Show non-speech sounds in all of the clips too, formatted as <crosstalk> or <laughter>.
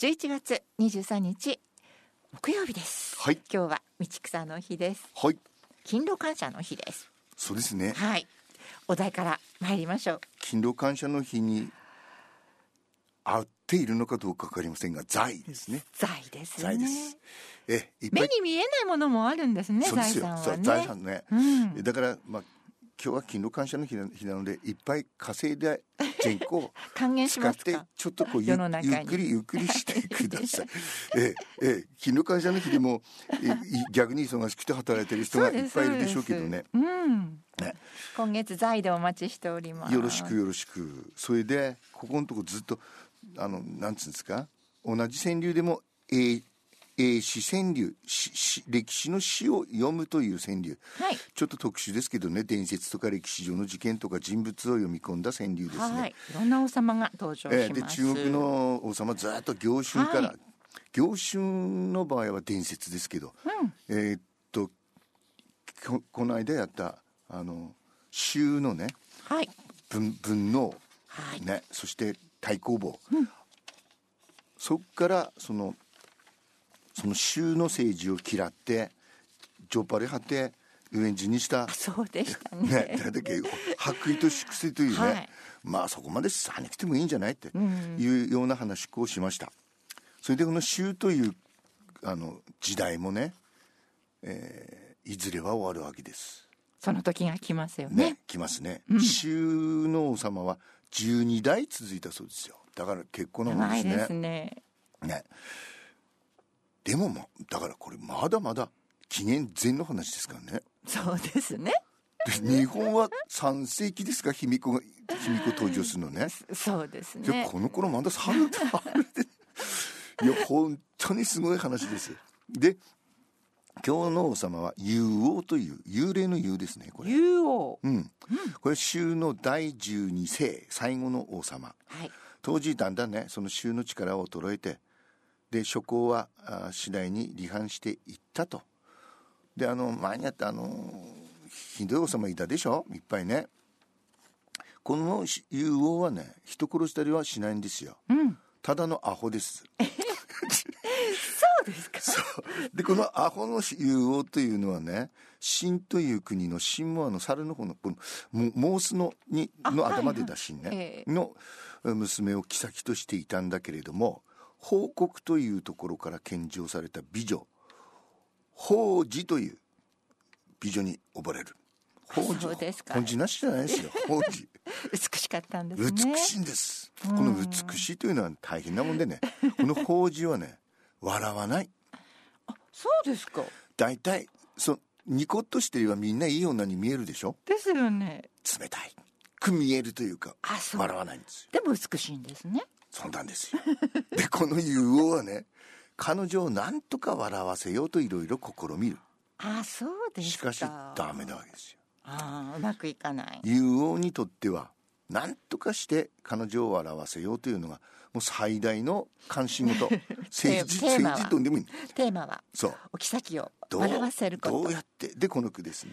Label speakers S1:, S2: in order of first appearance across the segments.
S1: 11月23日木曜日です、
S2: はい
S1: 今日は道草の日です
S2: はい。
S1: 勤労感謝の日です
S2: そうですね。
S1: はいお題から参りましょう
S2: 勤労感謝の日に合っているのかどうかわかりませんが、財ですね。
S1: 財ですね
S2: 財です。え、いっ
S1: 目
S2: ぱい。
S1: に見えないものもあるんですね
S2: そうで
S1: 財
S2: すよ。
S1: 産は
S2: そう
S1: ね
S2: 財産ね。
S1: うん
S2: だからまあ今日は勤労感謝の日な日なので、いっぱい稼いで人口を
S1: <laughs> 還元し
S2: 使っ
S1: ます
S2: て
S1: か
S2: ちょっとこうゆ
S1: 世の中に
S2: ゆっくりゆっくりしてくだ
S1: <laughs>
S2: さい。ええ勤労感謝の日でもえい逆に忙しくて働いてる人がいっぱいいるでしょうけどね。
S1: そうですうん
S2: ね
S1: 今月財でお待ちしております
S2: よろしくよろしくそれでここのとこずっとあのなんつうんですか同じ川柳でも「えーえー詩川柳詩詩歴史の詩を読むという川柳
S1: はい
S2: ちょっと特殊ですけどね伝説とか歴史上の事件とか人物を読み込んだ川柳です
S1: はい
S2: ね。
S1: いろんな王様が登場
S2: え
S1: し
S2: ーで
S1: ます
S2: 中国の王様ずっと行春から、
S1: は
S2: 行春の場合は伝説ですけど、えーっとここの間やったあの州のね
S1: はい
S2: 文文能
S1: はい
S2: ね、そして対抗棒、そこからそのその州の政治を嫌ってジョパレ張って遊園地にした
S1: あ、そうでした <laughs> ね
S2: ね、なんだっけ白衣と粛清というね、
S1: はい
S2: まあそこまでさに来てもいいんじゃないっていうような話をしました。それでこの州というあの時代もね、えーいずれは終わるわけです。
S1: その時が来ますよ
S2: ね
S1: ね
S2: 来ますね、州の王様は12代続いたそうですよだから結構なもん
S1: 長
S2: で
S1: い
S2: すね
S1: ですね
S2: ねでもまだからこれまだまだ紀元前の話ですからね
S1: そうですね
S2: で日本は3世紀ですか卑弥呼が卑弥呼登場するのね
S1: そうです
S2: で
S1: ね
S2: この頃まだ猿ってある
S1: <laughs>
S2: でいや本当にすごい話ですで今日の王様は幽王という幽霊の幽ですねこれ
S1: 竜王
S2: うん、これ州の第12世最後の王様
S1: はい
S2: 当時だんだんねその州の力は衰えてで諸侯はあー次第に離反していったとであの前にあったあのひどい王様いたでしょいっぱいねこの雄王はね人殺したりはしないんですよ
S1: うん
S2: ただのアホです
S1: そうですか
S2: でこのアホの雄王というのはね秦という国の秦もあの猿の方のこのモモースのにの
S1: はい
S2: 頭で出しね、
S1: え
S2: の娘を妃としていたんだけれども報告というところから献上された美女宝寺という美女に溺れる宝
S1: そう
S2: 寺
S1: ですか
S2: 本寺なしじゃないです
S1: <laughs>
S2: よ宝寺
S1: 美しかったんですね
S2: 美しいんです、この美しいというのは大変なもん
S1: <laughs>
S2: でねこの宝寺はね笑わない
S1: そうですか
S2: 大体そニコッとしてればみんないい女に見えるでしょ
S1: ですよね
S2: 冷たいく見えるというか
S1: あそう
S2: 笑わないんですよ
S1: でも美しいんですね
S2: そうなんですよ <laughs> でこの雄王はね彼女をなんとか笑わせようといろいろ試みる
S1: あそうです
S2: し
S1: か
S2: かしダメなわけですよ
S1: あーうまくいかない
S2: 雄王にとってはなんとかして彼女を笑わせようというのがもう最大の関
S1: <laughs>
S2: 心事政治
S1: テーマは
S2: 政治とんでもいい
S1: テーマは
S2: そう
S1: お妃を
S2: どう
S1: 笑わせるこ
S2: ど
S1: と
S2: うやってでこの句ですね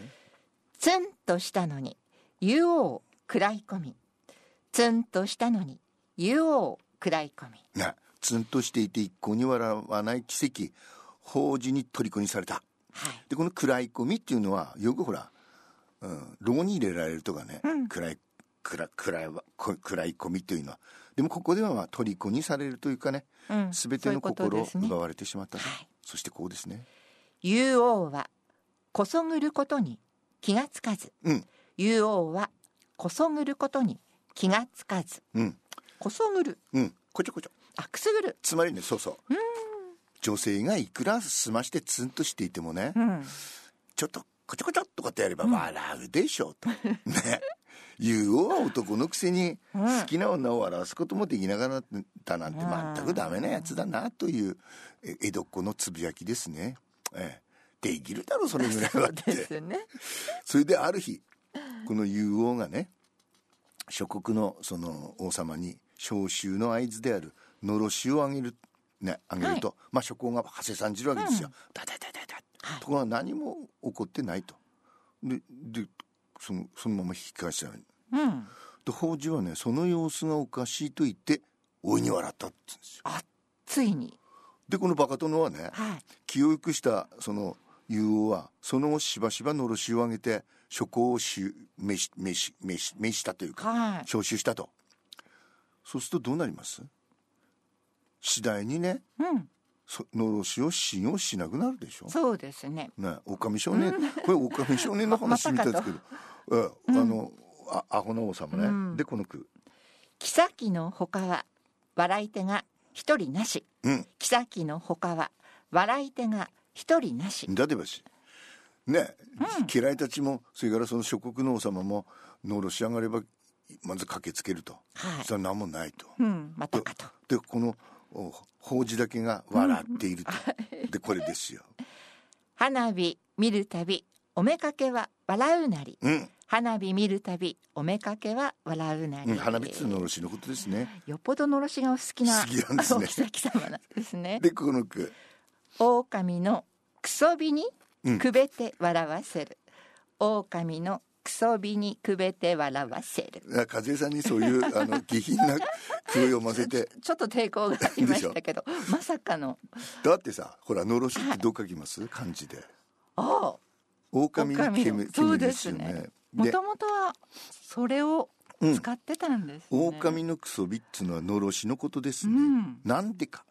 S1: ツンとしたのに湯王を食らい込みツンとしたのに湯王を食らい込み
S2: ね、ツンとしていて一向に笑わない奇跡法事に虜にされた
S1: はい
S2: でこの「食らい込み」っていうのはよくほら、うん、牢に入れられるとかね「食らい食ら食らいこ食らい込み」というのはでもここでは、まあ、虜にされるというかね、
S1: うん
S2: 全ての心
S1: そういうこと
S2: を
S1: ですね
S2: 奪われてしまったそ,、
S1: はい
S2: そしてこうですね
S1: 竜王はこそぐることに気がつかず
S2: うん
S1: 竜王はこそぐることに気がつかず
S2: うん
S1: こそぐる
S2: うんこちょこちょ
S1: あくすぐる
S2: つまりねそうそう女性がいくら済ましてツンとしていてもね、
S1: うん
S2: ちょっとこちょこちょっとかってやれば笑うでしょうと、ね言うは男のくせに
S1: うん
S2: 好きな女を笑わすこともできなかったなんて
S1: うん
S2: 全くダメなやつだなというえ江戸っ子のつぶやきですね、ええ、できるだろそれぐらいはっ
S1: で
S2: て
S1: すね
S2: それである日この雄王がね諸国のその王様に召集の合図であるのろしをあげるねあげると、まあ諸侯が馳せさんじるわけですよ、だだだだだ
S1: はい
S2: ところが何も起こってないとででそのそのまま引き返したのに
S1: うん
S2: で法事はねその様子がおかしいと言って大いに笑ったって言うんですよ
S1: ついに
S2: でこのバカ殿はね
S1: はい
S2: 気をゆくしたその雄王はその後しばしばのろしを上げて諸侯をし召し召し召し召したというか
S1: はい
S2: 召集したとそうするとどうなります次第にね
S1: うん
S2: そのろしを信用しなくなるでしょ
S1: そうですね
S2: ね、おかみ少年、これおかみ少年の話みたいですけど、ええあの、あアホな王様ね、
S1: うん
S2: でこの句、
S1: 妃のほかは笑い手が一人なし
S2: うん、
S1: 妃のほかは笑い手が一人なし
S2: だてばし、ね、嫌いたちもそれからその諸国の王様ものろし上がればまず駆けつけると、
S1: はい
S2: それは何もないと。
S1: うんまたかと
S2: でこのお法事だけが笑っていると、でこれですよ。
S1: 花火見るたびおめかけは笑うなり
S2: うん、
S1: 花火見るたびおめかけは笑うなり、
S2: うん、花火っつうのろしのことですね。
S1: よっぽどのろしがお好きな
S2: 好きなんです
S1: お
S2: ね
S1: 妃様なんですね
S2: でこの句、
S1: 狼のくそびに
S2: うん
S1: くべて笑わせる、狼のくそびにくべて笑わせる
S2: あ和江さんにそう
S1: <laughs>
S2: いうあの下品な句を読ませて、
S1: ちょっと抵抗がありましたけどまさかの
S2: だってさ、ほらのろしってどう書きます？漢字で。
S1: ああ
S2: 狼の
S1: 狼
S2: 煙
S1: の
S2: 煙ですよね。
S1: そうですも
S2: で
S1: ともとはそれを
S2: うん
S1: 使ってたんですね、
S2: 狼のくそびっつうのはのろしのことですね。
S1: うん
S2: なんでか。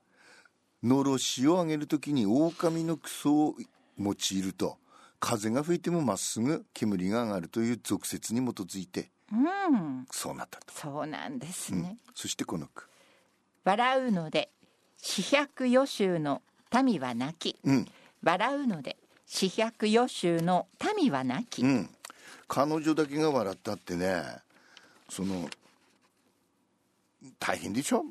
S2: のろしを上げるときに狼のくそを用いると風が吹いてもまっすぐ煙が上がるという俗説に基づいて
S1: うん
S2: そうなったと。
S1: そうなんです
S2: うん
S1: ね、
S2: そしてこの句。
S1: 笑うので四百余州の民は泣き
S2: うん
S1: 笑うので四百余州の民は泣き、
S2: うん。彼女だけが笑ったってね、その大変でしょ。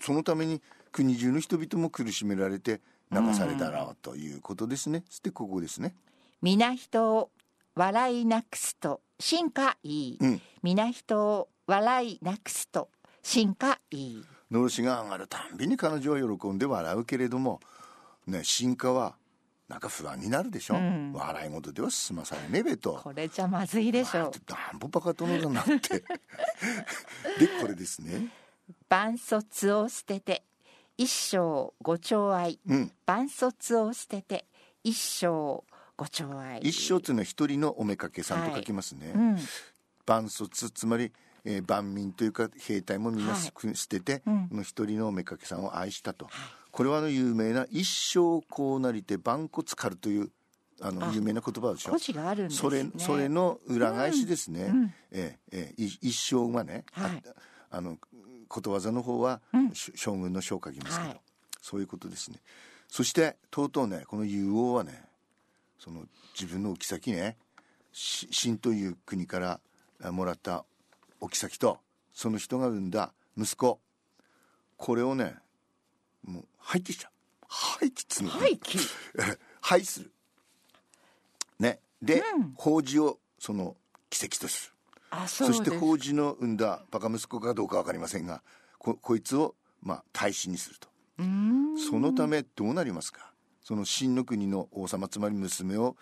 S2: そのために国中の人々も苦しめられて流されたらということですね。そしてここですね。
S1: 皆人を笑いなくすと進化いい、
S2: うん。
S1: 皆人を笑いなくすと進化いい
S2: のろしが上がるたんびに彼女は喜んで笑うけれども、ね、進化はなんか不安になるでしょ。
S1: うん
S2: 笑い事では進まされねべと。
S1: これじゃまずいでしょう
S2: なんぼバカ殿だなって。で、 <laughs> これですね。
S1: 万卒を捨てて一生ご寵愛
S2: うん。
S1: 万卒を捨てて一生ご寵愛
S2: 一生というのは一人のおめかけさんと書きますね。
S1: うん
S2: 万卒つまり、えー万民というか兵隊もみんなすく捨てて、
S1: うん
S2: この一人のおめかけさんを愛したと、これはあの有名な「一生こうなりて万骨狩る」というあの
S1: あ
S2: 有名な言葉でしょ
S1: 故事があるんです
S2: それ
S1: ね
S2: それの裏返しですね、
S1: うんうん
S2: ええええい一生はね、あ
S1: はい
S2: あのことわざの方は、
S1: ん
S2: し将軍の将を書きますけど、
S1: はい
S2: そういうことですねそしてとうとうねこの雄王はねその自分のお妃ねし秦という国からあもらったお妃とその人が産んだ息子これをねもう廃棄しちゃう廃棄っつうのかな
S1: 廃棄
S2: 廃する。ね、で、
S1: うん
S2: 法事をその奇跡とする。
S1: あそ
S2: そう
S1: です
S2: して法事の産んだバカ息子かどうかわかりませんが、ここいつをまあ大使にすると。
S1: うーん
S2: そのためどうなりますか。その秦の国の王様つまり娘を、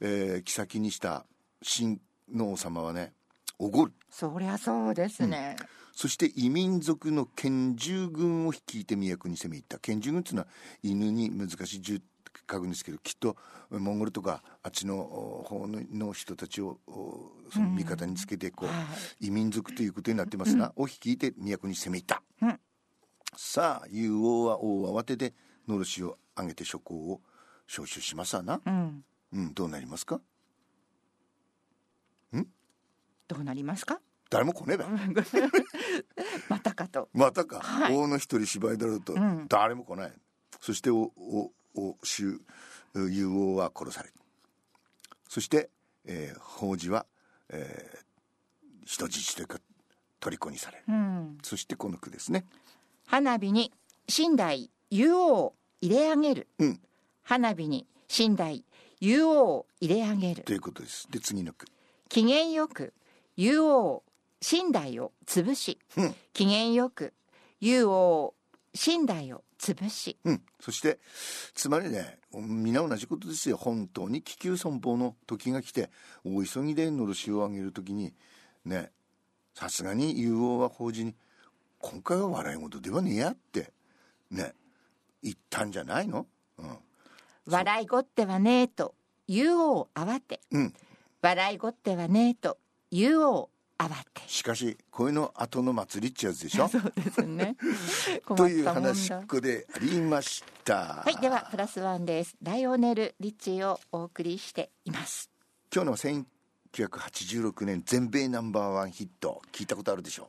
S2: えー、妃にした秦の王様はね、おごる。
S1: そりゃそうですね、
S2: そして異民族の拳銃軍を率いて都に攻め入った拳銃軍っていうのは犬に難しい銃書くんですけどきっとモンゴルとかあっちのお方のの人たちをおその味方につけてこう、
S1: は
S2: 異民族ということになってますな、を率いて都に攻め入った、
S1: うん
S2: さあ雄王は王を慌ててのろしを上げて諸侯を召集しますわな、
S1: うん
S2: うん、どうなりますか
S1: どうなりますか <laughs>
S2: 誰も来ねえべ
S1: またかと
S2: またか、
S1: はい
S2: 王の一人芝居だろうと、
S1: ん
S2: 誰も来ないそしておおお衆雄王は殺されるそして、えー、法事は、えー、人質というか虜にされる
S1: うん
S2: そしてこの句ですね
S1: 花火に寝台湯王を入れ上げる、
S2: うん
S1: 花火に寝台湯王を入れ上げる
S2: ということですで次の句
S1: 機嫌よく湯王寝台を潰し、
S2: うん
S1: 機嫌よく湯王寝台を潰し
S2: うん、そしてつまりね皆同じことですよ本当に気球損保の時が来て大急ぎでのろしを上げる時にねさすがに雄王は法事に「今回は笑い事ではねえや」ってね行ったんじゃないの、うん、
S1: 笑いごってはねえと言おうあわて、
S2: うん
S1: 笑いごってはねえと言おうあわて
S2: しかしこういうの後の祭りっちゅうやつでし
S1: <laughs>
S2: ょ
S1: そうです
S2: <laughs>
S1: ね困ったもんだ
S2: という話っこでありました
S1: はいではプラスワンですライオネル・リッチーをお送りしています
S2: 今日の1986年全米ナンバーワンヒット聞いたことあるでしょ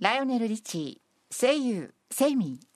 S1: ライオネル・リッチー声優セイミー